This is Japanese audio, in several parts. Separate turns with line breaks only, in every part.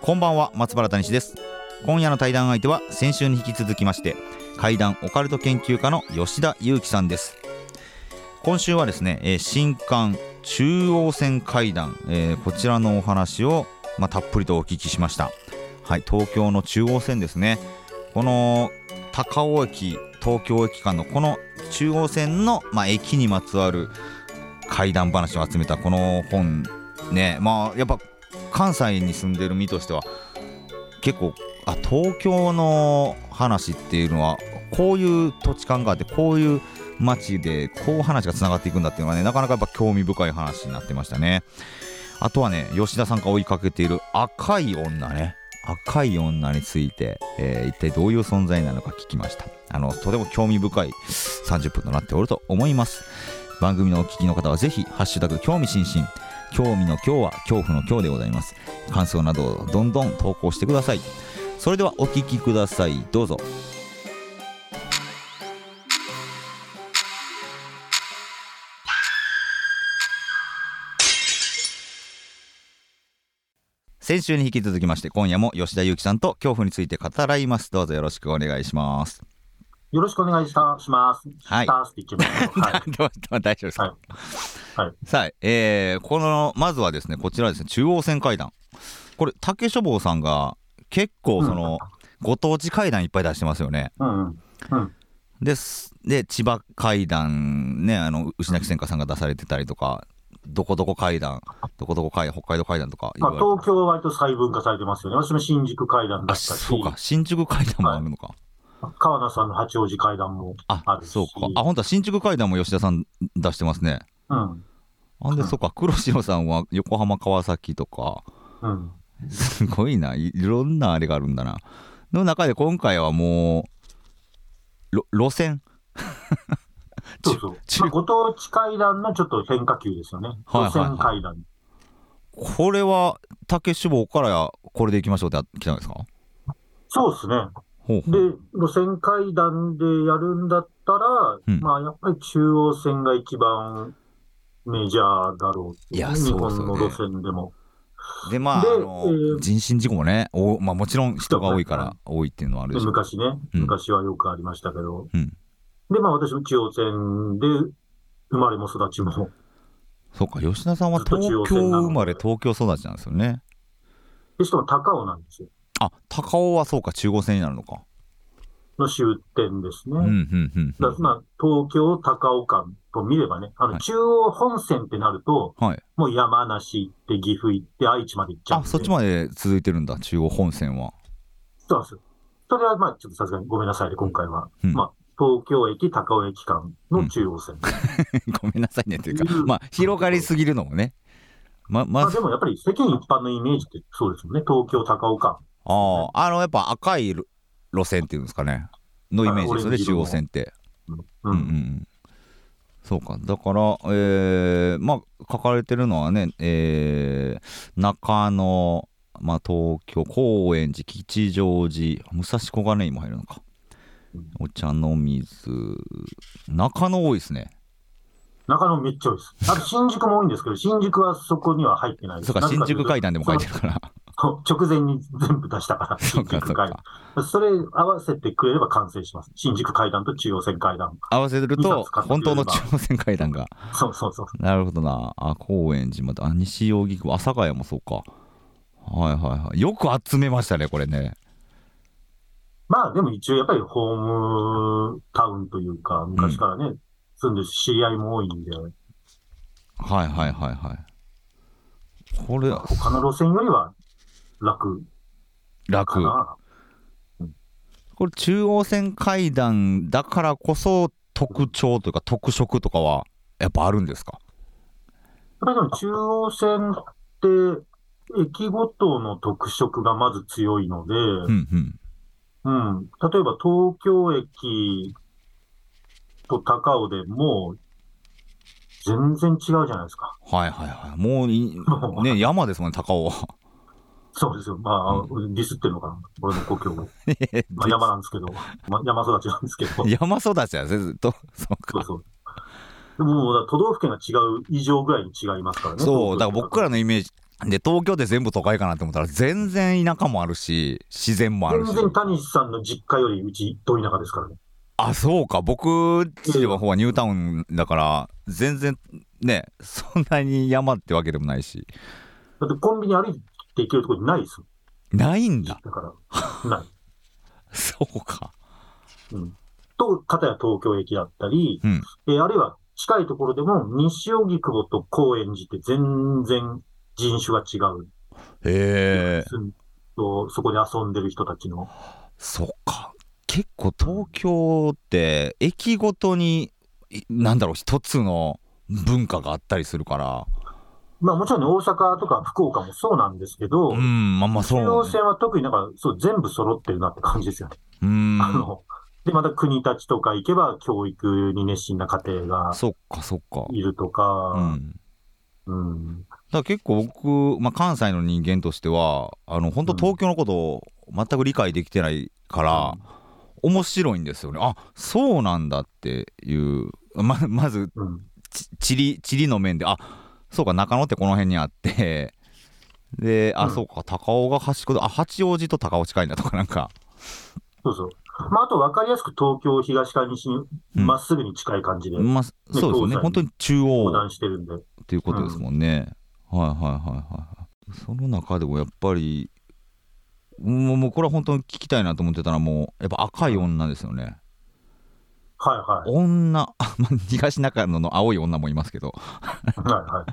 こんばんは松原谷史です今夜の対談相手は先週に引き続きまして怪談オカルト研究家の吉田裕樹さんです今週はですね、えー新刊中央線怪談、えーこちらのお話を、まあ、たっぷりとお聞きしましたはい東京の中央線ですねこの高尾駅東京駅間のこの中央線の、まあ、駅にまつわる怪談話を集めたこの本ねまあやっぱ関西に住んでる身としては結構あ東京の話っていうのはこういう土地感があってこういう街でこう話がつながっていくんだっていうのはねなかなかやっぱ興味深い話になってましたねあとはね吉田さんが追いかけている赤い女ね赤い女について、えー一体どういう存在なのか聞きましたあのとても興味深い30分となっておると思います番組のお聞きの方はぜひ「ハッシュタグ興味津々」興味の今日は恐怖の今日でございます感想などをどんどん投稿してくださいそれではお聞きくださいどうぞ先週に引き続きまして今夜も吉田裕樹さんと恐怖について語らいますどうぞよろしくお願いします
よろしくお願いしたします。
はい
したって言っちゃいました はい
大丈夫ですか、
はいはい
さあ、えーこのまずはですねこちらですね中央線会談これ竹書房さんが結構その、ご当地会談いっぱい出してますよね
うんうん。
ですで千葉会談ねあの牛鳴専科さんが出されてたりとかどこどこ会談どこどこ会北海道会談とかい
まあ、
ろいろ
東京は割と細分化されてますよね。私も新宿階段だ
あ
ったし、
そうか新宿会談もあるのか、
川名さんの八王子階段もあ
あ
るし。
そうかあ本当は新宿会談も吉田さん出してますね
うん。
あんで、
うん
そうか黒潮さんは横浜川崎とか
うん。
すごいないいろんなあれがあるんだなの中で今回はもうろ路線
そうそう。
中
まあ、ご当地階段のちょっと変化球ですよね。
はいはい
路線階段。
これは竹志望からこれでいきましょうって来たんですか
そうですね。
ほうほう
で、路線階段でやるんだったら、
うん
まあ、やっぱり中央線が一番メジャーだろうって
いや
日
そう
本
そうね
の路線でも。
でまあ
で
あの
えー
人身事故もねお、まあ、もちろん人が多いから多いっていうのはある
で
でしょう
昔ね、
うん
昔はよくありましたけど、
うん
で、まあ私も中央線で生まれも育ちも、
そうか吉田さんは
ずっと
東
中央
京
線なので
生まれ東京育ちなんですよね
でしかも高尾なんですよ、
あ高尾はそうか中央線になるのか
の終点です
うん
ね。
うんうんう
だから
ん
まあ東京、高尾間と見ればね、あ
は
の
い
中央本線ってなると、
はい
もう山梨行って、岐阜行って、愛知まで行っちゃうん
あ
で。
そっちまで続いてるんだ中央本線は
そうなんですよ。それはまあちょっとさすがにごめんなさいで、今回は。
うん
まあ東京駅、高尾駅間の中央線。
ごめんなさいねっていうか、
うん
まあ、広がりすぎるのもね。ま、
ま
ま
あ
ず
で、もやっぱり世間一般のイメージってそうですよね、東京、高尾間。
ああ、あの、やっぱ赤い路路線っていうんですかね。のイメージですよ
は
ね、
いオレン
中
ジ色の
央線って。
う
うんうんうん。そうか、だから、えーまあ、書かれてるのはね、えー中野、まあ、東京、高円寺、吉祥寺、武蔵小金井も入るのか
うん。
お茶の水、中野多いですね。
中野めっちゃ多いです。あと新宿も多いんですけど、新宿はそこには入ってないです。
そうか、新宿階段
談。
でも書いてるから。
そう直前に全部出したから、
そ
新
うか、そ
宿
う
階
か
段。。それ合わせてくれれば完成します。新宿階段と中央線階段。
合わせると
二冊買ってく
本当
れれば
の中央線階段が
そうそうそう。
なるほどなあ高円寺またあ西荻窪阿佐ヶ谷もそうかはいはいはいよく集めましたねこれね
まあでも一応やっぱりホームタウンというか、昔からね、住んでる知り合いも多いんで、
はいはいはいはいこれ
他の路線よりは楽か
楽
な。
これ中央線階段だからこそ特徴というか特色とかはやっぱあるんですか
やっぱりでも中央線って、駅ごとの特色がまず強いので、
うんうん
うん。例えば東京駅と高尾でもう、全然違うじゃないですか。
はいはいはいもうい
もう
ね山ですもんね高尾は
そうですよ。まあ、ディスってるのかな。俺の故 郷も。まあ、山なんですけど、まあ、山育ちなんですけど。
山育ちはずっとそう
そう
か
そう。でももうだから都道府県が違う以上ぐらいに違いますからね。
そうだから僕ら
ね。
のイメージで東京で全部都会かなって思ったら全然田舎もあるし自然もあるし
全然谷さんの実家よりうちど田舎ですからね。
あそうか僕父の方はニュータウンだから全然ねそんなに山ってわけでもないし
だってコンビニ歩いて行けるところにないですよ。
ないんだ
だから、ない。
そうか
うん。と、片や東京駅だったり、
うん
えーあるいは近いところでも、西荻窪と高円寺って全然人種が違う。
へえ
うんとそこで遊んでる人たちの。
そっか結構東京って駅ごとにいなんだろう一つの文化があったりするから
まあもちろんね、大阪とか福岡もそうなんですけど、
うんまあまあそ
中央
う、ね、
線は特になんか、そう、全部揃ってるなって感じですよね。
うん
あの、で、また国立とか行けば、教育に熱心な家庭が
そっかそっか
いると
う
か、
ん
うん。
だから結構僕、まあ、関西の人間としてはあの本当
うん
東京のことを全く理解できてないから、面白いんですよねあそうなんだっていうままず
うん。
ち地理地理の面であそうか中野ってこの辺にあってであ、
うん
そうか高尾が端っこであ八王子と高尾近いんだとかなんか
そうそう。まあ、あと分かりやすく東京を東から西にまっすぐに近い感じで横
まあそうですよ
東西
ね
に
本当に中央
断してるんで。
っていうことですもんね、はいはいはいはいその中でもやっぱりもうもうこれは本当に聞きたいなと思ってたらもうやっぱ赤い女ですよね
はいはい。
女 あ、まあ、東中野の青い女もいますけど
はいはい。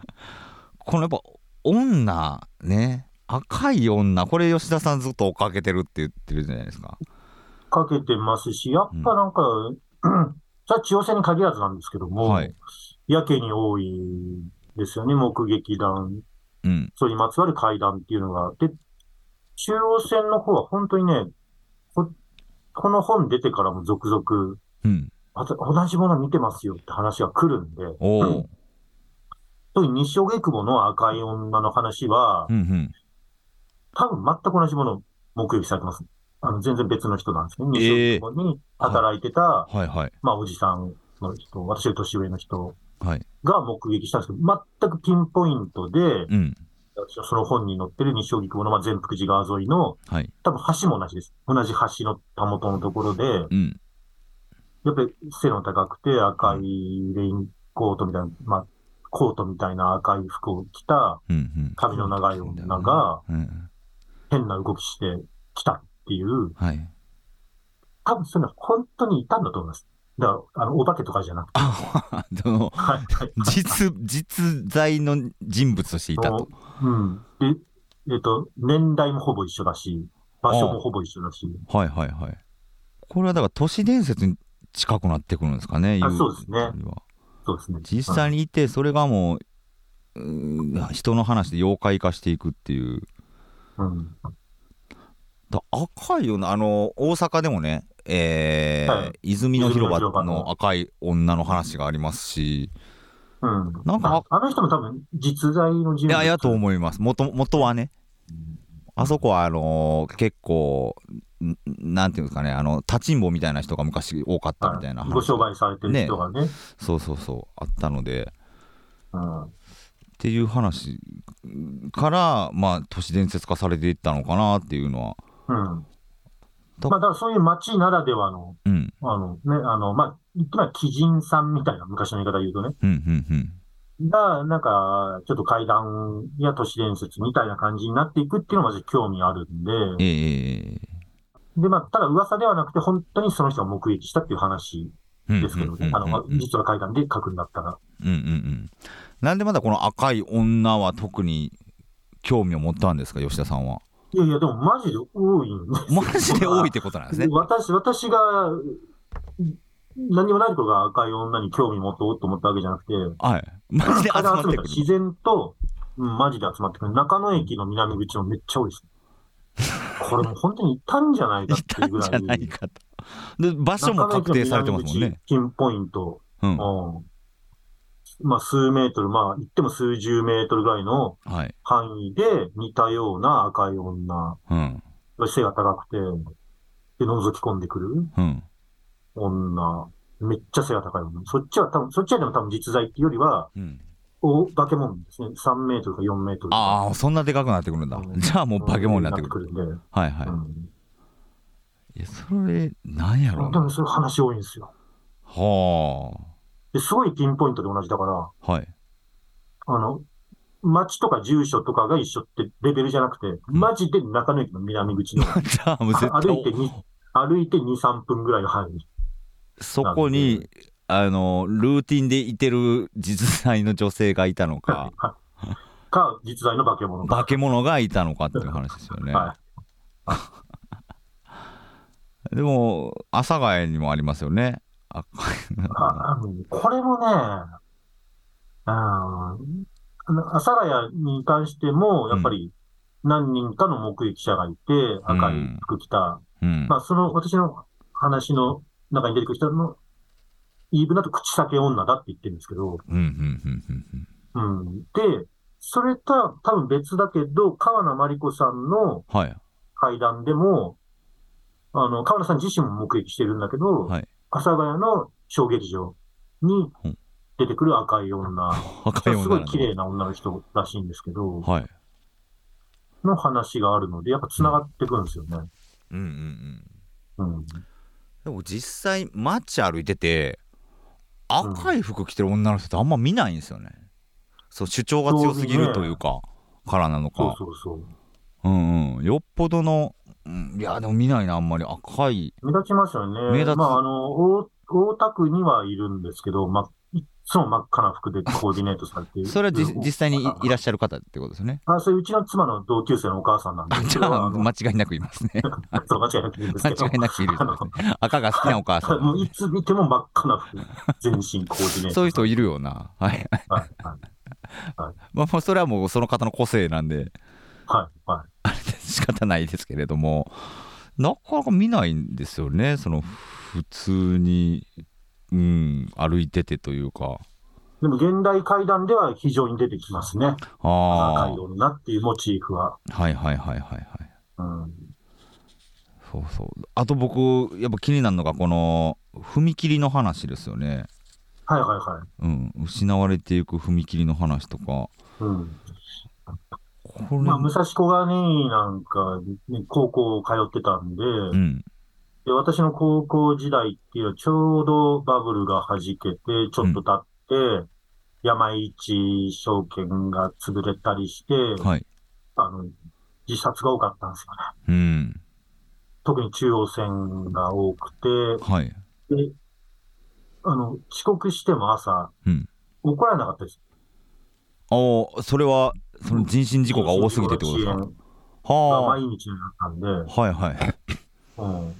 このやっぱ女ね赤い女これ吉田さんずっと追っかけてるって言ってるじゃないですか
かけてますし、やっぱなんか、じゃあ中央線に限らずなんですけども、
はい
やけに多いですよね、目撃談、
うん
それにまつわる怪談っていうのが。で、中央線の方は本当にね、ここの本出てからも続々、
うん
あと同じもの見てますよって話が来るんで、
おお、
特に西荻窪の赤い女の話は
う、んうん
多分全く同じもの目撃されてます。あの全然別の人なんですね。西
ええ
荻窪に働いてた、
はいはい
まあ、おじさんの人、私より年上の人
はい
が目撃したんですけど、全くピンポイントで、
うん
その本に載ってる西荻窪のまあ全福寺川沿いの、
はい
多分橋も同じです。同じ橋のたもとのところで、
うん
やっぱり背の高くて赤いレインコートみたいな、まあ、コートみたいな赤い服を着た
うんうん
髪の長い女が
うん
変な動きしてきたっていう、
はい
多分そういうのは本当にいたんだと思います。だから、あの、お化けとかじゃなくて。
あその
はいはい
実実在の人物としていたと。
うん。で、えっ、と、年代もほぼ一緒だし、場所もほぼ一緒だし、
はいはいはい。これはだから都市伝説に近くなってくるんですかね。
あ
言
そうですね
よりは
そうですね。
実際
に。
にいてそれがもううーん人の話で妖怪化していくっていう。
うん。
だ赤いよなあの大阪でもね、えー
はい
泉の広
泉の広
場
場の
の赤い女の話がありますし、
うん。
なんか
ああの人も多分、実在の人
い
物。
やいやと思います元元はねあそこはあのー結構んなんていうんですかねあの立ちんぼみたいな人が昔多かったみたいな
はい
話
ご商売されてる人がね。
そうそうそうあったので
うん。
っていう話からまあ都市伝説化されていったのかなっていうのは
うん。
と
まあ、だからそういう町ならではの、
うん
あのね、あの、まあ、言ってみれば、鬼人さんみたいな、昔の言い方で言うとね、
うんうんうん
が、なんか、ちょっと怪談や都市伝説みたいな感じになっていくっていうのは、私興味あるんで、
えええ
で、まあ、ただ噂ではなくて、本当にその人が目撃したっていう話
え
ですけどね。あの、まあ実は階段で書くんだったら。
うんうんうんなんでまだこの赤い女は特に興味を持ったんですか吉田さんはい
やいや、でもマジで多いんですよ
マジで多いってことなんです ね
私、私が、何にもないところが赤い女に興味持とうと思ったわけじゃなくて、
はいマジで集
階段
まっ
集め
てく
たら
る
自然とうん、マジで集まってくる。中野駅の南口もめっちゃ多いですね。これもう本当にいたんじゃないか
い
って
た
いうぐ
ん
ら
じ
い。
ゃ ないかと。で、場所も確定されてますもんね。
中野駅の南口ピンポイント。
うん。
うん。まあ、数メートル、まあ、言っても数十メートルぐらいの
はい。
範囲で似たような赤い女、
うん。
背が高くて、で、覗き込んでくる
うん。
女、めっちゃ背が高い女。そっちは多分、そっちはでも多分実在っていうよりは、
うん。
お、化け物ですね。3メートルか4メートル。
ああ、そんなでかくなってくるんだ。
うん
じゃあもう化け物になってくる。
る。なってくるんで。
はいはい。
う
いや、それ、なんやろ
ん。
う
で
な。
もそういう話多いんですよ。
は
ですごいピンポイントで同じだから、
あ。はい。
あの、町とか住所とかが一緒ってレベルじゃなくて、
ん
マジで中野駅の南口の
じゃあもう 絶
歩いて
対、
に歩いて2、3分ぐらいの範囲。
そこに、あの、ルーティンでいてる実在の女性がいたのか、
か、実在の化け物が。
化け物がいたのかっていう話ですよね。
は
でも、阿佐ヶ谷にもありますよね。あ
あうんこれもね、うんあの阿佐ヶ谷に関しても、やっぱり何人かの目撃者がいて、赤い服着た、
うん。
まあ、その私の話の中に出てくる人の言い分だと口裂け女だって言ってるんですけど、
うん、うん、うん、うんうん。
うん、で、それとは多分別だけど、川名真理子さんの
はい。
会談でも、あの、川名さん自身も目撃してるんだけど、
はい
阿佐ヶ谷の小劇場に
うん
出てくる赤い女、
赤い
す
女
ご
ないんだ
綺麗な女の人らしいんですけど、
はい。
の話があるので、やっぱ繋がってくるんですよね。
うん、うん、うん。
うん。
でも実際街歩いてて赤い服着てる女の人ってあんま見ないんですよね、そう主張が強すぎるというかからなの
そう
か
そうそう。
うんうんよっぽどの、うん、いやでも見ないなあんまり赤い
目立ちますよね。
目立つ
まあ、あの、大大田区にはいるんですけど、ま、いつも真っ赤な服でコーディネートされてる。
それはじ実際にいいらっ
し
しゃる方ってことですよね
ゃあ、それうちの妻の同級生のお母さんなんで
あ
す
じ
け
ゃ
ど、
あ
あの
間違いなくいます ね
そう間違いなく言うんです
間
けど
違い、なくいる人ですね赤が好きなお母さ
も
ん
ういつ見ても真っ赤な服、全身コーディネート。
そういう人いるよなはい、
はい、はい、
まあ、もうそれはもうその方の個性なんで
はい、はい。
仕方ないですけれどもなかなか見ないんですよねその普通に、うん、歩いててというか
でも、現代怪談では非常に出てきますね。赤
あ
い女っていうモチーフは。
あはいはいはいはいはい
うん。
そうそうあと僕やっぱ気になるのがこの踏切の話ですよね、
はい、はい、はい。
うん、失われていく踏切の話とか
うん。
これ、
まあ、武蔵小金井なんか、ね、高校通ってたんで、
うん
で、私の高校時代っていうのはちょうどバブルが弾けて、ちょっと経って、山一証券が潰れたりして、
はい
あの、自殺が多かったんですよね。
うん
特に中央線が多く
はい
て、で、あの、遅刻しても朝、
うん
怒られなかったです。
ああそれはその人身事故が多すぎてってことですか
遅延が
は
毎日になったんで、
あはいはい
うん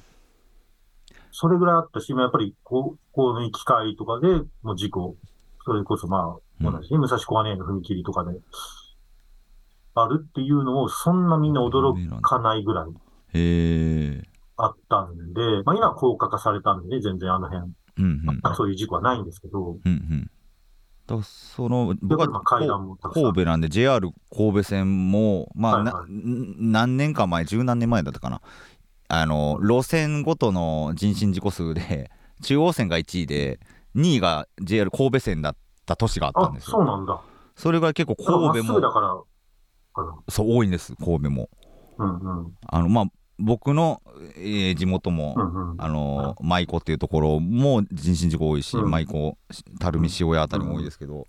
それぐらいあったし、まあやっぱり高校の行き会とかで、もう事故、それこそまあ、
うん
同じね武蔵小金井の踏切とかで、あるっていうのを、そんなみんな驚かないぐらい
へえ
あったんで、まあ今は高架化されたんでね、全然あの辺、
うんうん
そういう事故はないんですけど、
うんうん、だからその
だ
僕
からま
は
あ階段もたくさん。
神戸なんで JR 神戸線も、まあ
はい
な
は
ん何年か前十何年前だったかなあの路線ごとの人身事故数で中央線が1位で2位が JR 神戸線だった年があったん
あ
で、す
そう
よ
なんだ。
それが結構神
まっ
戸
すぐだ
も
から、か
そう多いんです神戸も
なうんうん。
あのまあ僕の、えー地元も、
うんうん。
あの舞子っていうところも人身事故多いし、
うん
舞子垂水塩屋あたりも多いですけど、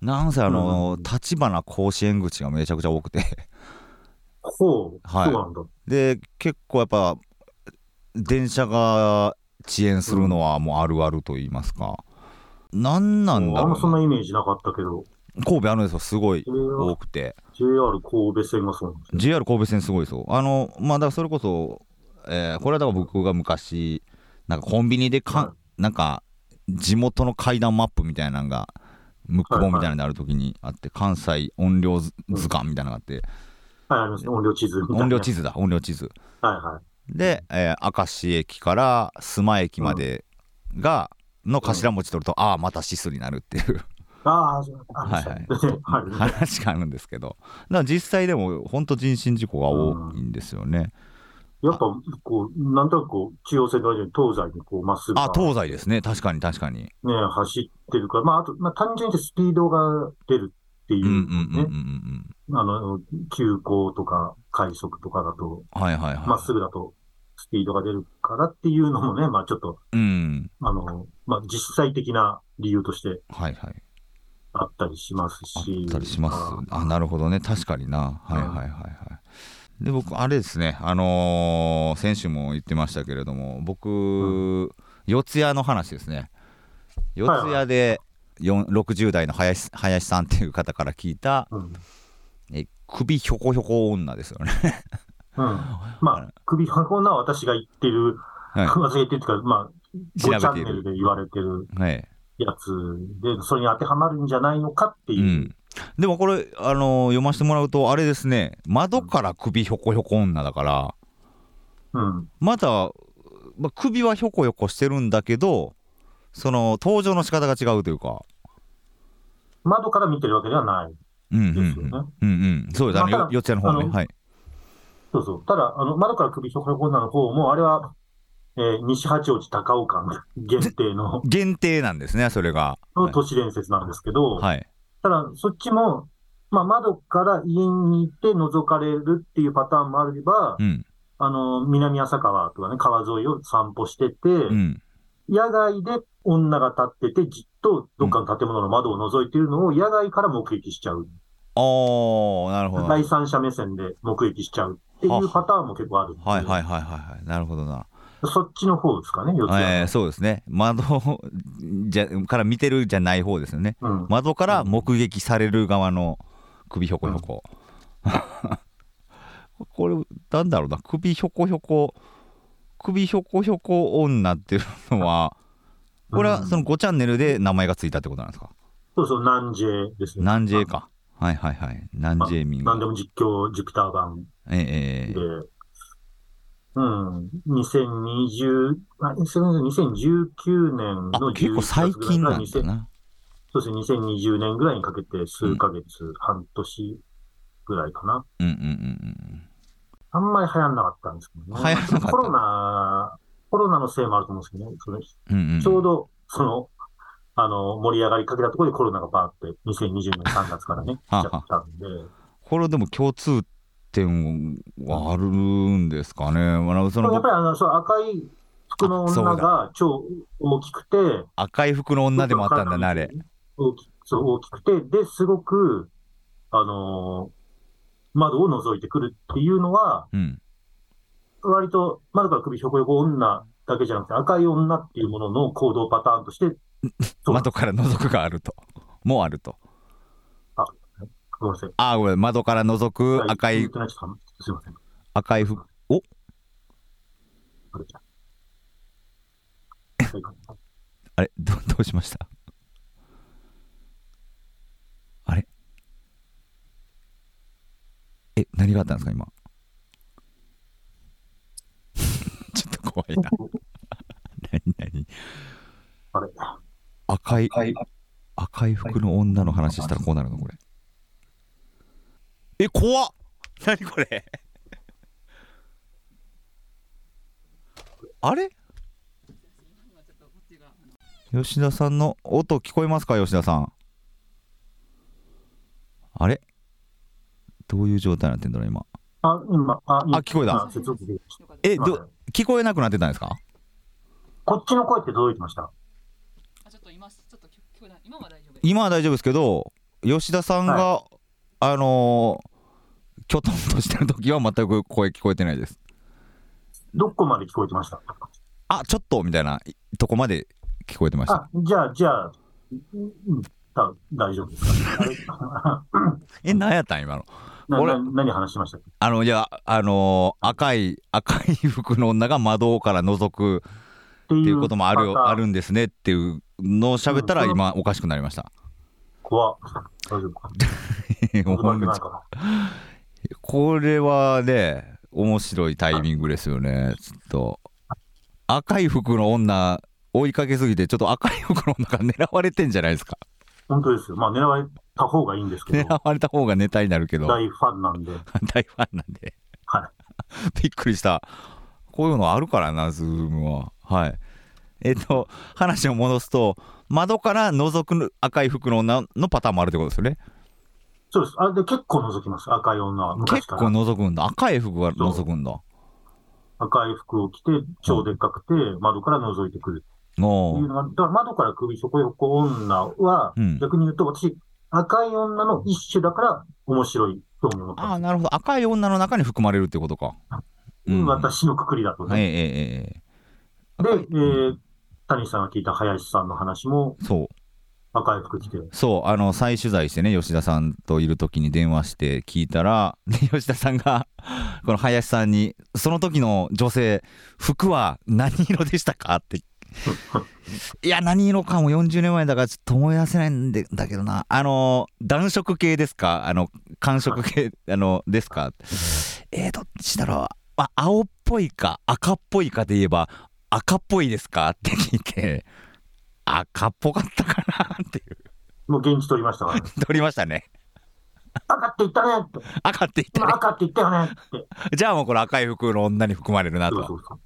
なんせあの
うん
立花甲子園口がめちゃくちゃ多くて
ほう、
はい
そうなんだ。
で結構やっぱ電車が遅延するのはもうあるあると言いますか、なんなんだ
あん
ろ、
まそうん
な
なイメージなかったけど、
神戸あるんですよすごい
それは
多くて
JR 神戸線がそうなんですね
JR 神戸線すごいですよあのまあだからそれこそ、えーこれはだから僕が昔なんかコンビニでかん、
は
なんか地元の階段マップみたいなのがムック本みたいなのである時にあって、関西音量図図鑑みたいなのがあって、
はい、ありますね。音量地図みたいな。
音量地図だ、音量地図。
はいはい。
で、えー明石駅から須磨駅までが、の頭文字取ると、ああ、またシスになるっていう
ああ、そう あ
はいはい
はい。はい。
話があるんですけど、だから実際でも、本当人身事故が多いんですよね。
やっぱ、こう、なんとなくこう、中央線の間に東西にこう、まっすぐ、ね
あ、、東西ですね、確かに確かに。
走ってるから、まあ、あと、まあ、単純にスピードが出るっていうう、
ん
ね
うんうんうんうんうん。
あの、急行とか、快速とかだと、
はいはい
ま
は
っすぐだと、スピードが出るからっていうのもね、まあ、ちょっと、
い。うん。
あの、まあ、実際的な理由として
はいはい。
あったりします
あっ
し。
たりします。あ、なるほどね。確かにな。はいはいはいはい。で、僕、あれですね。あのー先週も言ってましたけれども、僕、四谷の話ですね。四谷で、よん60代の林林さんっていう方から聞いた、
うん。
え首ひょこひょこ女ですよね。
うん。まあ、首箱な私が言ってる、
はい
私が言ってるっていうか、まあ、
調べている
5チャンネルで言われてる
はい。
やつで、それに当てはまるんじゃないのかって
う
いう。
ん。でもこれ、あのー読ませてもらうと、あれですね。窓から首ひょこひょこ女だから、
うん。
まだ、まあ、首はひょこひょこしてるんだけどその登場の仕方が違うというか
窓から見てるわけではない。
うんうんう
ですよ
ん
ね
うんうんそうですあの
まあ
よ
ただ
四谷の方ね
あの
はい
そうそう。ただ、あの、窓から首ひょこひょこ女の方も、あれは、えー西八王子高尾間限 定の
限定なんですねそれが
の都市伝説なんですけど、
はい
ただ、そっちも、まあ、窓から家に行って覗かれるっていうパターンもあれば、
うん
あの、南浅川とかね、川沿いを散歩してて、
うん
野外で女が立ってて、じっとどっかの建物の窓を覗いてるのを野外から目撃しちゃう。
ああなるほど
第三者目線で目撃しちゃうっていうパターンも結構ある。
はいはいはいはいはいなるほどな、
そっちの方ですかね、四つ
え
谷
ー、そうですね窓じゃから見てるじゃない方ですよね
うん。
窓から目撃される側の首ひょこひょこ、 これなんだろうな首ひょこひょこ首ひょこひょこ女っていうのはこれはその5チャンネルで名前がついたってことなんですか
そうそう、南 J ですね。
南 J かはいはいはい南 J ミン
何でも実況、ジュピター版
えええ
で、うん、2020あ、2019年
あ
の
結構最近なん
10月
だ
ぐらいから
な
そうですね、2020年ぐらいにかけて数ヶ月、半年ぐらいかな。
うんうんうんうん
あんまり流行んなかったんですけどね。
流行らなかった
コロナ、コロナのせいもあると思うんですけどね。その
うんうん
ちょうど、その、あの、盛り上がりかけたところでコロナがバーって2020年3月からね、
はあ
来ちゃったんで。
これでも共通点はあるんですかね、まあ、そ
やっ
の
ぱりあの、そう赤い服の
あそう
女が超大きくて、
赤い服の女でもあったんだなあれ
大きそう大きくて、で、すごく、あのー窓を覗いてくるっていうのは、
うん
割と窓から首ひょこひょこ女だけじゃなくて、赤い女っていうものの行動パターンとして、そう
窓から覗くがあると。もうあると。
ごめんなさい。
ああ、ごめん、窓から覗く赤
言
い
っ、てない人かなすいません。
赤い服。お
あれじゃんはい
あれ ど、どうしましたあれえ、何があったんですか、今。 ちょっと怖いな。何何
あれ
赤い、赤い服の女の話したらこうなるのこれえ怖っ 何これ あれ吉田さんの音聞こえますか吉田さんあれどういう状態になってんだろう今
あ、今、あ、
あ聞こえた
接続できました
えど聞こえなくなってたんですか
こっちの声って届いてました。
あちょっと今すちょっと聞こえない今は大丈夫です。
今は大丈夫ですけど吉田さんが、あのー、きょとんとしてる時は全く声聞こえてないです
どこまで聞こえてました
あちょっとみたいないとこまで聞こえてました
あ、じゃあ、じゃあ、うん、た大丈夫ですか、ね、あれ
え何やったん今の
な
俺
な何話しましたっけ
あのいやあのー赤い赤い服の女が窓から覗く
って
っていうこともある
パターン
あるんですねっていうのを喋ったら
うん
今おかしくなりました
怖っ大丈夫か。
大
な
口
いかな。
これはね面白いタイミングですよねちょっと赤い服の女追いかけすぎてちょっと赤い服の女が狙われてんじゃないですか
本当ですよ。まあ、狙われた方がいいんですけ
狙
ど、
われた方がネタになるけど
大ファンなんで、
大ファンなんで
は
びっくりしたこういうのあるからなズームははいえっと話を戻すと窓から覗く赤い服の女のパターンもあるってことですよね
そうです。あれで結構覗きます、赤い女は。昔
結
か
構
ら。
覗くんだ赤い服が覗くんだ
赤い服を着て、超でっかくて、窓から覗いてくるって
お
いう
う
のが、だから窓から首そこ横女は、
うん
逆に言うと、私、赤い女の一種だから面白い興味を持った
ああ
んで
なるほど赤い女の中に含まれるってことか、
す。私のくくりだと
ええ
ね。
ええ
で、
赤
え
いうん
ー、谷さんが聞いた林さんの話も
そう
赤い服着て、
そうあの再取材してね吉田さんといる時に電話して聞いたら で吉田さんが この林さんに「その時の女性服は何色でしたか?」って「いや何色かも40年前だからちょっと思い出せないんでだけどなあの暖色系ですかあの寒色系あのですかえー、どっちだろうあ青っぽいか赤っぽいかで言えば赤っぽいですか?」って聞いて赤っぽかったかなっていう。
もう現地取りまし たからね。
取りましたね
赤って言ったねって、
赤って言
今
ってね
赤って言ったよねって。
じゃあもうこれ赤い服の女に含まれるな
そうそ
と
うそう。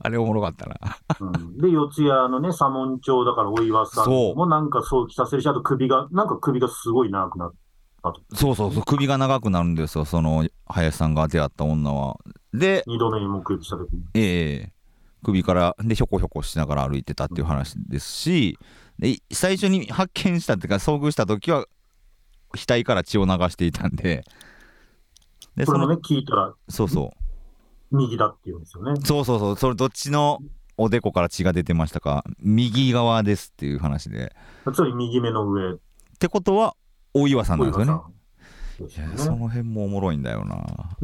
あれおもろかったな
うんで、四谷のね、左門町だからお岩さん
そう
もなんかそう着させるし、あと首が、なんか首がすごい長くなって、
そうそうそう首が長くなるんですよその林さんが出会った女はで
二度目に目撃した時に。
ええ首からでひょこひょこしながら歩いてたっていう話ですしで最初に発見したっていうか遭遇した時は額から血を流していたんでで
そ
そ
れもね
の、
聞いたら
そうそう
右だって言うんですよね。
そうそうそうそれどっちのおでこから血が出てましたか右側ですっていう話で
つまり右目の上、
ってことは大岩さん
お
なんで
岩
すよ
さ
ね
ん。です
い
よ
や
ね
その辺もおもろいんだよな、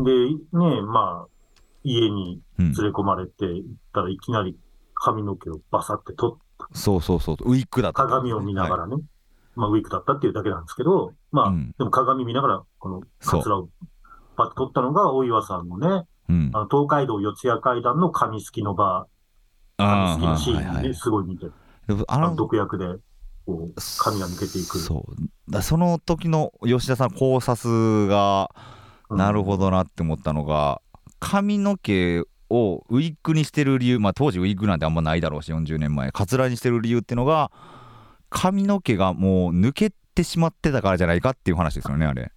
で、ね、まあ、家に
うん、
連れ込まれて行ったらいきなり髪の毛をバサって取って、
そうそうそうウィッグだったってことね、
鏡を見なが
は
らね、まあウィークだったっていうだけなんですけど、まあ、
うん
でも鏡見ながら、このカツラをパッと取ったのが大岩さんのね、
いうん、
あの東海道四谷階段の紙すきのバー、
あ
紙
ー
すきのシーン
はいはい
ですごい似てる。
でもあ
あ
の
の毒薬で、こう、髪が抜けていく。
そうだその時の吉田さん考察が、
うん
なるほどなって思ったのが髪の毛をウィッグにしてる理由まあ当時ウィッグなんてあんまないだろうし40年前カツラにしてる理由ってのが髪の毛がもう抜けてしまってたからじゃないかっていう話ですよねあれ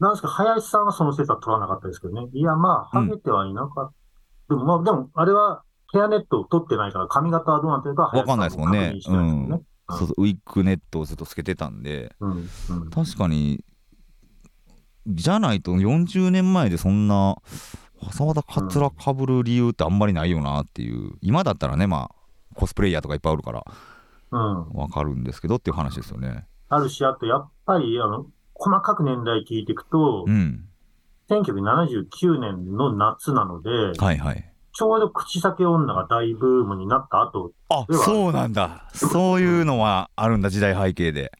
なんですか、林さんはその説は取らなかったですけどね。いや、まあ、
うん
ハゲてはいなかった。でも、まあ、でも、あれは、ヘアネットを取ってないから、髪型はどうなってるか、
わかんないですもんね
林さんも確認
そうそうウィッグネットをずっとつけてたんで
してないですよねうん。うん。
確かにじゃないと40年前でそんなわざわざカツラかぶる理由ってあんまりないよなっていう今だったらねまあコスプレイヤーとかいっぱいおるから
うん。
わかるんですけどっていう話ですよね
あるし、あと、やっぱり、あの、細かく年代聞いていくと
う、ん
1979年の夏なので、
はいはい
ちょうど口裂け女が大ブームになった後、
あ
では
そうなんだそういうのはあるんだ時代背景で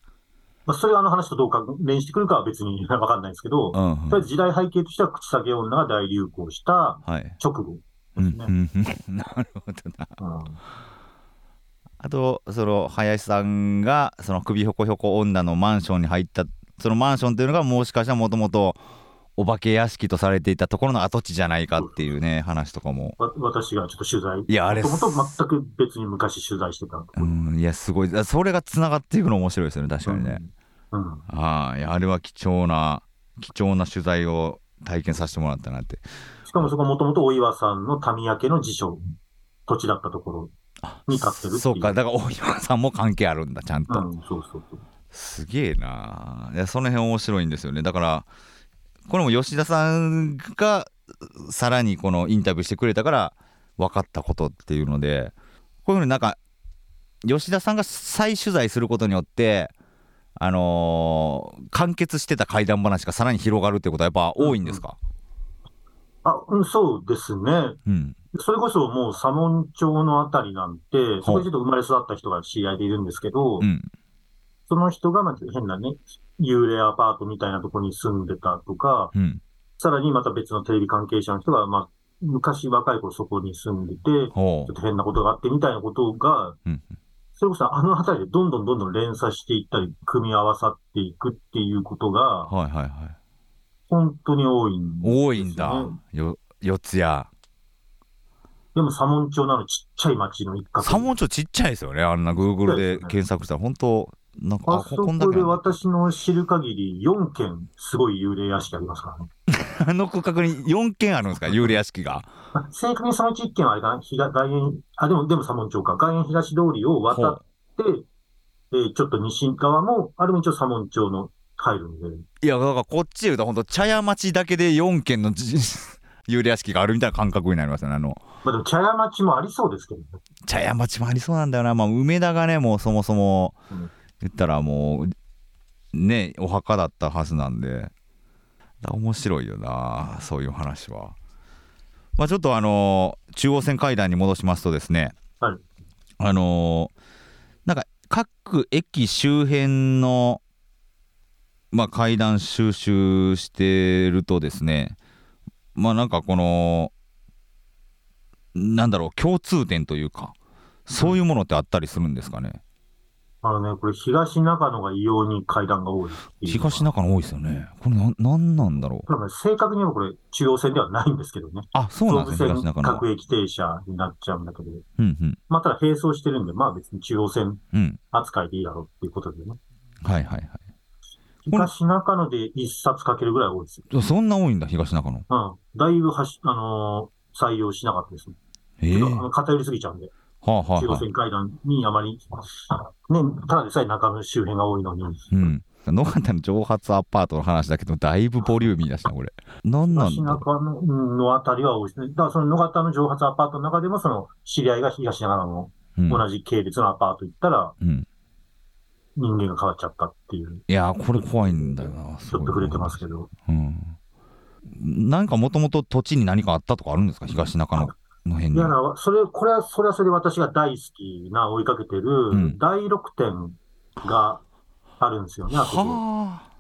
まあ、それはあの話とどう関連してくるかは別に わかんないですけど、
うんうん
とりあえず時代背景としては口裂け女が大流行した
はい
直後。
うん
ね
うんうんなるほどな
うん
あとその林さんがその首ひょこひょこ女のマンションに入ったそのマンションというのがもしかしたらもともとお化け屋敷とされていたところの跡地じゃないかっていうね話とかも
わ私がちょっと取材、も
いやあれ
ともと全く別に昔取材してたとこ
う
ろ
んいやすごいあそれがつながっていくの面白いですよね確かにね、
うん
ああいやあれは貴重な貴重な取材を体験させてもらったなって
しかもそこもともと大岩さんの民明家の辞書、土地だったところに立ってるっていう。
そうかだから大岩さんも関係あるんだちゃんと、
うん、そうそうそう。
すげえないやその辺面白いんですよねだからこれも吉田さんがさらにこのインタビューしてくれたから分かったことっていうのでこういうふうになんか吉田さんが再取材することによってあのー完結してた怪談話がさらに広がるってことはやっぱ多いんですか、
あ、うん、そうですね。
うん
それこそもう左門町のあたりなんて、そこでちょっと生まれ育った人が知り合いでいるんですけど、
うん、
そその人がまず変なね、幽霊アパートみたいなとこに住んでたとか、
うん。
さらにまた別のテレビ関係者の人が、まあ、昔若い頃そこに住んでて、ちょ
ほ
っと変なことがあってみたいなことが、
う。うん。
それこそあの辺りでどんどんどんどん連鎖していったり、組み合わさっていくっていうことが、
はいはいはい。
本当に多いんですよね
多いんだ。よ、四ツ谷。
でも、左門町なのちっちゃい町の一角。
三文ちょっとちっちゃいですよね。あんな Google で検索したら、本当なんか、
あ
あ、
そ
こ
こ
こんだけ
で
なんだ。
私の知る限り4件すごい幽霊屋敷ありますからね。
あの区画に4軒あるんですか、幽霊屋敷が。
あ正確にそのうち1件はあれかな、東外苑、あ、でも、でも左門町か。外苑東通りを渡っ
ほ
て、えーちょっと西側も、ある意味一応左門町の入るんで。
ういや、だからこっちで言うと、本当茶屋町だけで4軒のじ 幽霊屋敷があるみたいな感覚になりますよね。あの、
まあでも茶屋町もありそうですけどね。
茶屋町もありそうなんだよな。まあ、梅田がね、もうそもそも
うん、
言ったらもう、ね、お墓だったはずなんで、だ面白いよな、そういう話は。まあ、ちょっとあのー中央線階段に戻しますとですね、
はい
あのーなんか各駅周辺の、まあ、階段収集してるとですねまあなんかこのなんだろう共通点というかそういうものってあったりするんですかね、
あのね、これ東中野が異様に階段が多いっていうのが。
東中野多いですよねこれなんなんなんだろう
だから正確にはこれ中央線ではないんですけどね。
あそうなんですね東中
東武線
野は
各駅停車になっちゃうんだけど。
うんうん
まあただ並走してるんで、まあ別に中央線
うん
扱いでいいだろうっていうことでね。
はいはいはこれ
東中野で一冊かけるぐらい多いですよ。
いそんな多いんだ東中野
うん。だいぶはし、あのー採用しなかったですね。
ええ
あの偏りすぎちゃうんで、
はあはあ
中央
はあ
線階段にあまり、ね、ただでさえ中野周辺が多いのに、
うん野方の蒸発アパートの話だけどだいぶボリューミーだしなこれなんなん
東
だろう
中野のあたりは多いですね。だからその野方の蒸発アパートの中でも、その知り合いが東中野の
うん
同じ系列のアパート行ったら、
うん
人間が変わっちゃったっていう、
いやーこれ怖いんだよなす
ちょ
ご
っ
い
と触れてますけど、
うんなんかもともと土地に何かあったとかあるんですか東中野の辺
い
に
や、だからそれ、これは、それはそれで私が大好きな追いかけて
ん
る、第六店があるんですよね、あそこ。
はあ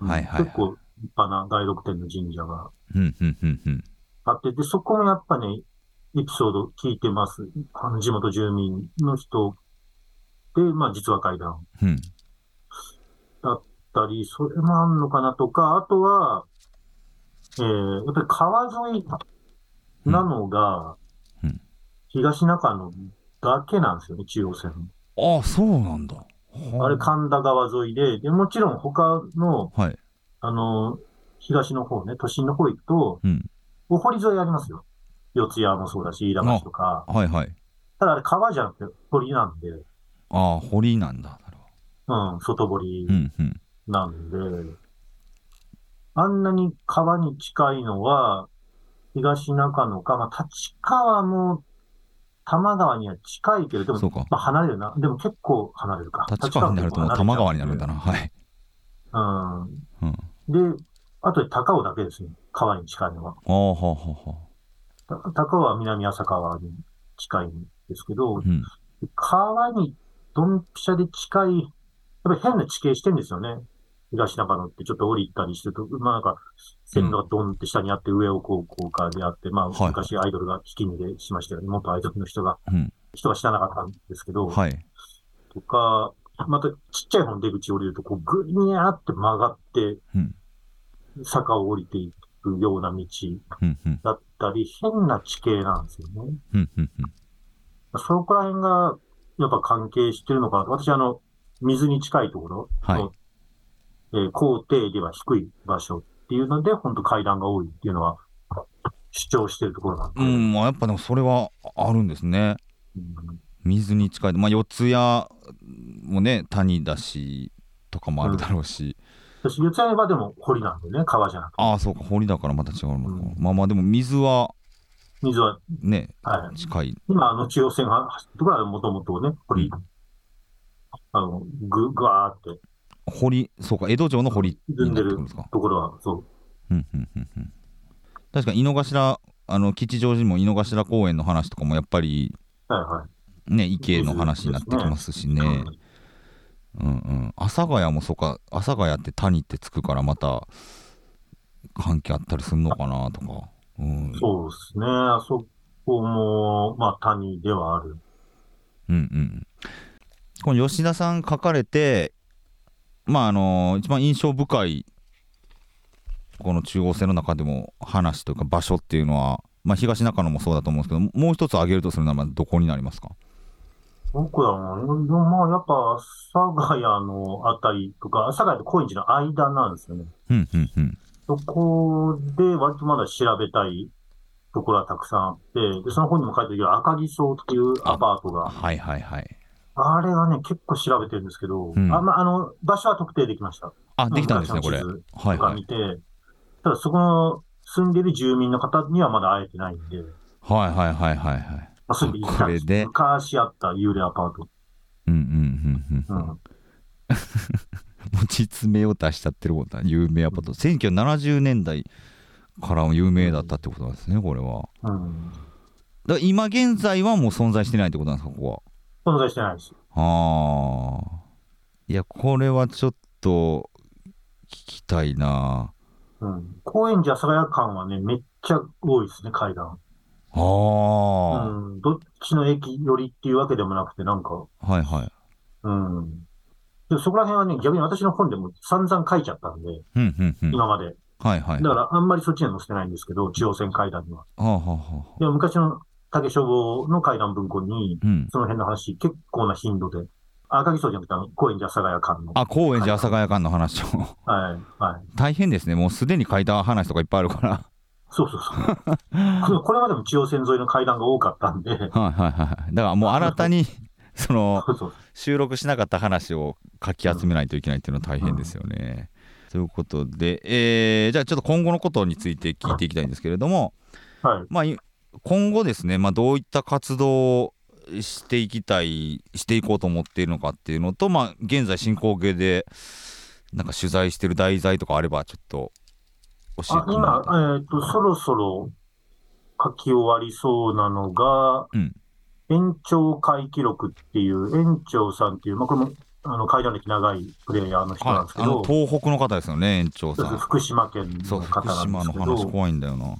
うん
はいはい
結構立派な第六店の神社が
うんうんうんうん
あって、で、そこもやっぱね、エピソード聞いてます。あの、地元住民の人で、まあ、実は階段
うん
だったり、それもあんのかなとか、あとは、えー、やっぱり川沿いなのが
うんうん、
東中野だけなんですよね、中央線。
ああそうなんだは
あれ、神田川沿いで、で、もちろん他の、
はい
あの、東の方ね、都心の方行くと、
うん
お堀沿いありますよ。四ツ谷もそうだし、飯田橋とか。
はいはい
ただあれ川じゃなくて堀なんで、う
ああ堀なんだあれは
ん、外堀
うんうん
なんで、あんなに川に近いのは、東中野か、まあ、立川も多摩川には近いけれど、で
そ
も、
うか
まあ、離れるな。でも結構離れるか。
立川になるともう多摩川になるんだなはい
な。
うんあ
うん。で、あとで高尾だけですね。川に近いのは。
あはあはあはあ
た高尾は南浅川に近いんですけど、
うん
川にドンピシャで近い、やっぱり変な地形してんですよね。東中野ってちょっと降りたりしてると、まあなんか、線路がドンって下にあって、上をこう、こうかであって、まあ
はい
昔アイドルがひき逃げしましたよね。元アイドルの人が、
うん
人が知らなかったんですけど、
はい
とか、またちっちゃい方の出口降りると、こう、ぐにゃーって曲がって、
うん
坂を降りていくような道
うんうん
だったり、変な地形なんですよね。
うんうんうん
そこら辺が、やっぱ関係してるのかなと。私、あの、水に近いところ
はい
の、えー高低では低い場所っていうので、本当階段が多いっていうのは、主張してるところなんで
う、んまあやっぱでもそれはあるんですね
うん
水に近い、まあ、四谷もね谷だしとかもあるだろうし、
私、四谷はでも堀なんでね、川じゃなくて。
ああそうか堀だからまた違うのか、
うん
まあまあでも水は
水は、
ね
はい。
近い
今、あの、中央線が走ってるところは、もともとね、堀、
うん
あの、ぐ、ぐわーって、
堀そうか江戸城の堀になってくるんですか
ところは、そう。
うんうんうんうん確か井の頭あの吉祥寺も井の頭公園の話とかもやっぱり
はいはい。
ね池の話になってきますしね
うん
うんうん阿佐ヶ谷もそうか阿佐ヶ谷って谷ってつくからまた関係あったりすんのかなとかうん
そうですね。あそこも、まあ、谷ではある。
うんうん、この吉田さん書かれてまああの一番印象深いこの中央線の中でも話というか場所っていうのは、まあ、東中野もそうだと思うんですけどもう一つ挙げるとするならどこになりますか
僕はもう、まあ、やっぱ、阿佐ヶ谷のあたりとか、阿佐ヶ谷と高円寺の間なんですよね。
うんうんうん
そこで、割とまだ調べたいところはたくさんあって、で、その本にも書いてあるけど、赤木荘っていうアパートが、
はいはいはい
あれはね、結構調べてるんですけど、
うん
あんま、あの、場所は特定できました。
あできたんですねこれ
昔の
はい
地図とか
はい
見て、ただそこの住んでる住民の方にはまだ会えてないんで、
はいはいはいはいはい
まあ、そういうの行ったんす
これで
昔あった幽霊アパート。
うんうんうんう
うんん。
もう実名を出しちゃってることは有名アパート1970年代からも有名だったってことなんですねこれは
うん。
だから今現在はもう存在してないってことなんですかここ
存在してないです。
はあーいやこれはちょっと聞きたいな
うん。高円寺阿佐ヶ谷間はね、めっちゃ多いですね、階段。
あー、
うん。どっちの駅寄りっていうわけでもなくて、なんか、
はいはい
うん。でそこら辺はね、逆に私の本でも散々書いちゃったんで、
うんうんうん
今まで。
はいはい
だからあんまりそっちには載せてないんですけど、中央線階段には。
はあはあはあ
で昔の竹書房の階段文庫に、
うん
その辺の話、結構な頻度で。赤木荘じゃなくてあの、高円寺阿佐ヶ谷間の。
あ高円寺阿佐ヶ谷間の話を
はい、はい。
大変ですねもうすでに書いた話とかいっぱいあるから
そうそう そう。このこれまでも中央線沿いの階段が多かったんで、
はいはいはいだからもう新たにその
そうそう。
収録しなかった話をかき集めないといけないっていうのは大変ですよね。ということで、えーじゃあちょっと今後のことについて聞いていきたいんですけれども、
はい。
まあ、い今後ですね、まあ、どういった活動をしていきたいしていこうと思っているのかっていうのと、まあ、現在進行形でなんか取材してる題材とかあればちょっと教え
あ
てもらい、た
今え
い
っ、と、そろそろ書き終わりそうなのが、
うん
園長会記録っていう、園長さんっていう、まあ、これも、あの、階段歴長いプレイヤーの人なん
は
です
い、
け
あの
ど、
東北の方ですよね園長
そ
さ
うです
ん。
福島県
そ
の
う
方
福
なんで
島
す
の
けど、
話怖いんだよな。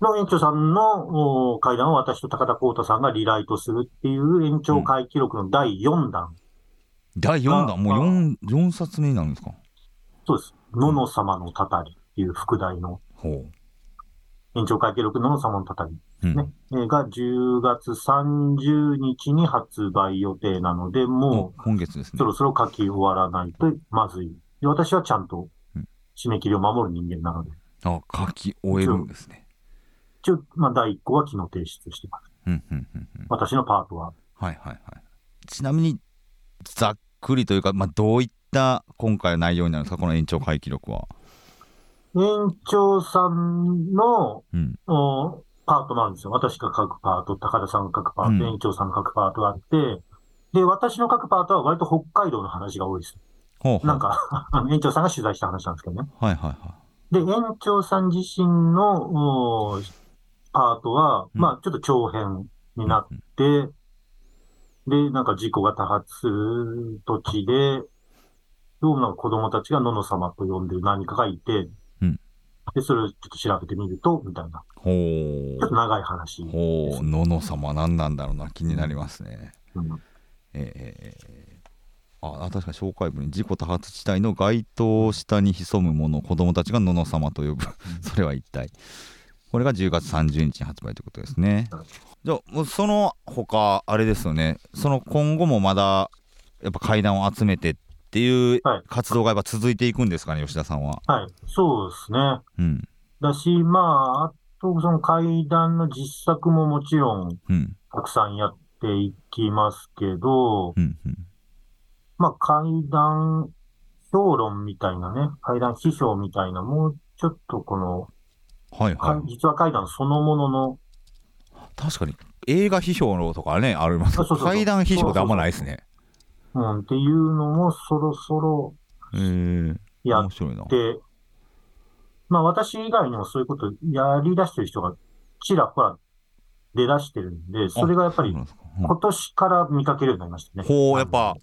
の園長さんのお会談を私と高田光太さんがリライトするっていう園長会記録の第4弾。
第4弾も
あ
う 4, 4冊目になるんですか
そうです。野々様のたたりっていう副題の
ほ
園長会記録野々様のたたり、
う、うん
ねえーが10月30日に発売予定なので、
も
も
う今月です
う
ね
そ。ろそろ書き終わらないとまずい。で私はちゃんと締め切りを守る人間なので、
あ、書き終えるんですね。
一応、まあ、第1項は昨日提出してます。
うんうんうんうん。
私のパートは。
はいはいはい。ちなみにざっくりというか、まあどういった今回の内容になるんですかこの延長会記録は。
園長さんの
うん
おパートもあるんですよ。私が書くパート、高田さんが書くパート、
うん
園長さんが書くパートがあって、で、私の書くパートは割と北海道の話が多いです。
ほうほう。
なんか、あの園長さんが取材した話なんですけどね。
はいはいは
で、園長さん自身のおパートは、
うん
まあ、ちょっと長編
い。
になって、で、なんか事故が多発する土地で、どうもなんか子供たちがのの様と呼んでる何かがいて、
うん
で、それをちょっと調べてみると、みたいな。
ほ
ちょっと
う。
長い話。
ほう。のの様何なんだろうな気になりますね。
う
え
ん
ーえーえーああ確かに紹介文に「事故多発地帯の街灯下に潜むもの子供たちがのの様と呼ぶそれは一体」これが10月30日に発売ということですね
はい
じゃあもうその他あれですよねその今後もまだやっぱ階段を集めてっていう
はい
活動がやっぱ続いていくんですかね吉田さんは
はい、そうですね。
うん
だし、まあ、あと、その怪談の実作ももちろん、
うん
たくさんやっていきますけど、
うんうん
まあ、怪談評論みたいなね、怪談批評みたいな、もうちょっとこの、
はいは
か
い
実は怪談そのものの、
確かに映画批評のとかねあります
そうそうそう
階段批評ってあんまないですね
うん、っていうのもそろそろ
えー、
や
面
っ
白いな
て、まあ、私以外にもそういうことやり出してる人がちらほら出だしてるんで、それがやっぱり
そうなんですかうん
今年から見かけるようになりましたね。
ほうやっぱ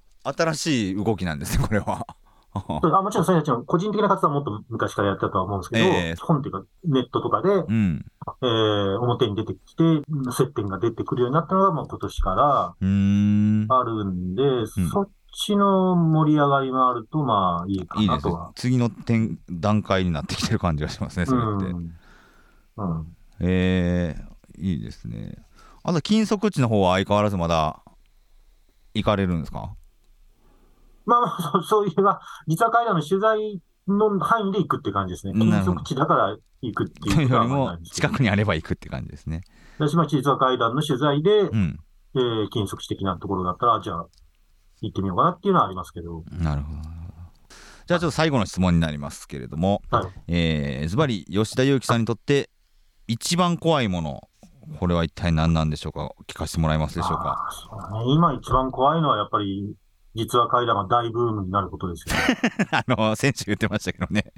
新しい動きなんですね、これは。
あもちろん、それたちの個人的な活動はもっと昔からやってたとは思うんですけど、
ええ
本っていうか、ネットとかで、
うん。
えー表に出てきて、接点が出てくるようになったのが、もう今年か
うーん。
らあるんで、そっちの盛り上がりもあると、まあ、いいか
いい
な
です
と
ね
は。。
次の点段階になってきてる感じがしますね、それって。
うん。うん
えー、いいですね。あと、金属地の方は相変わらずまだ行かれるんですか
まあまあ、そう そういうは、実は彼らの取材の範囲で行くって感じですね。
な
金
るほど
属地だから行くって
と
い
いうう
こ
よ
は
り
まあな
も
いん、です
近
けど
くにあれば行くって感じですね。
私も実は会談の取材で、
うん。
えー金属地的なところだったら、じゃあ、行ってみようかなっていうのはありますけど。
なるほど。なるほどじゃあ、ちょっと最後の質問になりますけれども、
はい。
えー、ズバリ、吉田裕樹さんにとって、一番怖いもの、これは一体何なんでしょうか聞かせてもらえますでしょう か
あーそうね今一番怖いのはやっぱり、実は会談が大ブームになることですよね。
あの先週言ってましたけどね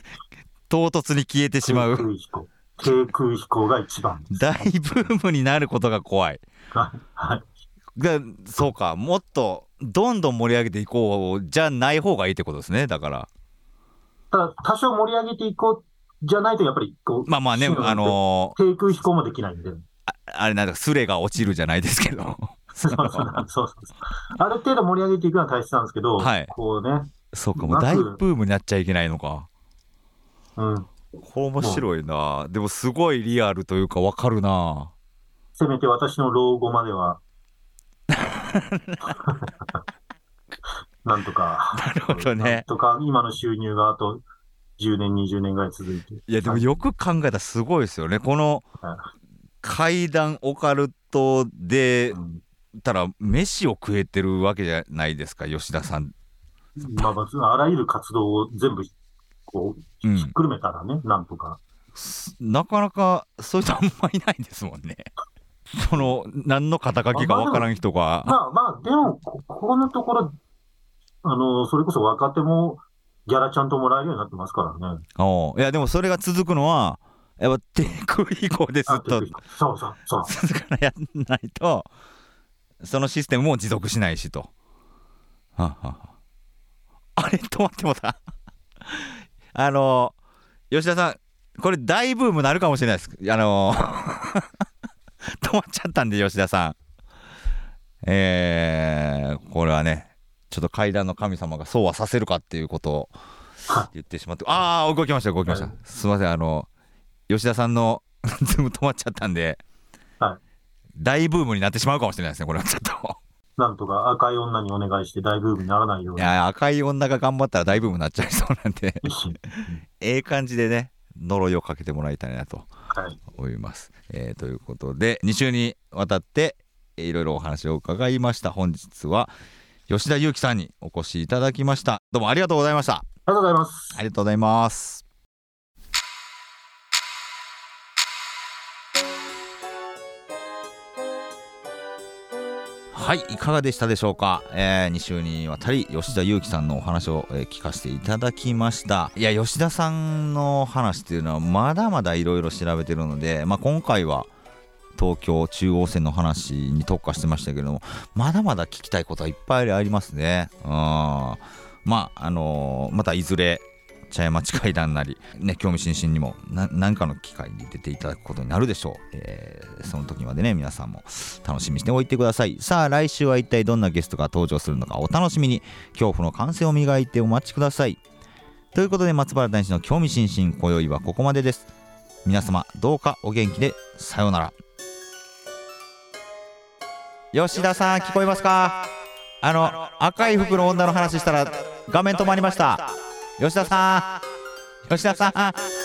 唐突に消え てしま
低
う
空飛行。低空飛行が一番。
大ブームになることが怖い
はい。はい。
がそうかもっとどんどん盛り上げていこうじゃない方がいいってことですねだから
ただ、多少盛り上げていこうじゃないと、やっぱり、こう、
まあまあね
そう
あの
低空飛行もできない んで。
ーあれなんだかスレが落ちるじゃないですけど
そうそうそうそうそう。ある程度盛り上げていくのは大切なんですけど、
はい
こうね、
そうかもう大ブームになっちゃいけないのか
うん、
これ面白いなでもすごいリアルというかわかるな
せめて私の老後ま では、なんとか、
なるほど
なん
ね
とか今の収入があと10年、20年ぐらい続いて。
いやでもよく考えたらすごいですよねこの
はい
階段オカルトで
うん
たら飯を食えてるわけじゃないですか吉田さん。
まあまあ、あらゆる活動を全部、こう、
う
ひっ
ん、
くるめたらね、なんとか。
なかなかそういう人あんまいないですもんね。 その何の肩書きかわからん人が。
まあまあ、でも、ここのところ、あの、それこそ若手も、ギャラちゃんともらえるようになってますからね。
おういやでもそれが続くのはやっぱ低空飛行でず
あ
っと
そうそう、そう。
続かないやんないとそのシステムも持続しないしと。はあはあはああれ止まってもた。 あの吉田さんこれ大ブームなるかもしれないです。あの 止まっちゃったんで吉田さん。えー、これはねちょっと階段の神様がそうはさせるかっていうことを言ってしまってああ動きました動きました、
はい
すいませんあの吉田さんの ズーム止まっちゃったんで、
は
大ブームになってしまうかもしれないですねこれはちょっと
なんとか赤い女にお願いして大ブームにならないよう
い
に。
や赤い女が頑張ったら大ブームになっちゃいそうなん でええ感じでね呪いをかけてもらいたいなと
はい。
思います、えーということで2週にわたってえーいろいろお話を伺いました本日は吉田裕樹さんにお越しいただきましたどうもありがとうございました
ありがとうございます。
ありがとうございます。はい、いかがでしたでしょうか、え2週にわたり吉田裕樹さんのお話を、えー聞かせていただきましたいや吉田さんの話っていうのはまだまだいろいろ調べてるので、まあ、今回は東京中央線の話に特化してましたけれどもまだまだ聞きたいことはいっぱいありますねうんまああのーまたいずれ茶屋町会談なり、ね、興味津々にもな何かの機会に出ていただくことになるでしょう、えーその時までね皆さんも楽しみにしておいてくださいさあ来週は一体どんなゲストが登場するのかお楽しみに恐怖の感性を磨いてお待ちくださいということで松原大使の興味津々今宵はここまでです皆様どうかお元気でさようなら吉田さん聞こえますかあの赤い服の女の話したら画面止まりました吉田さん吉田さん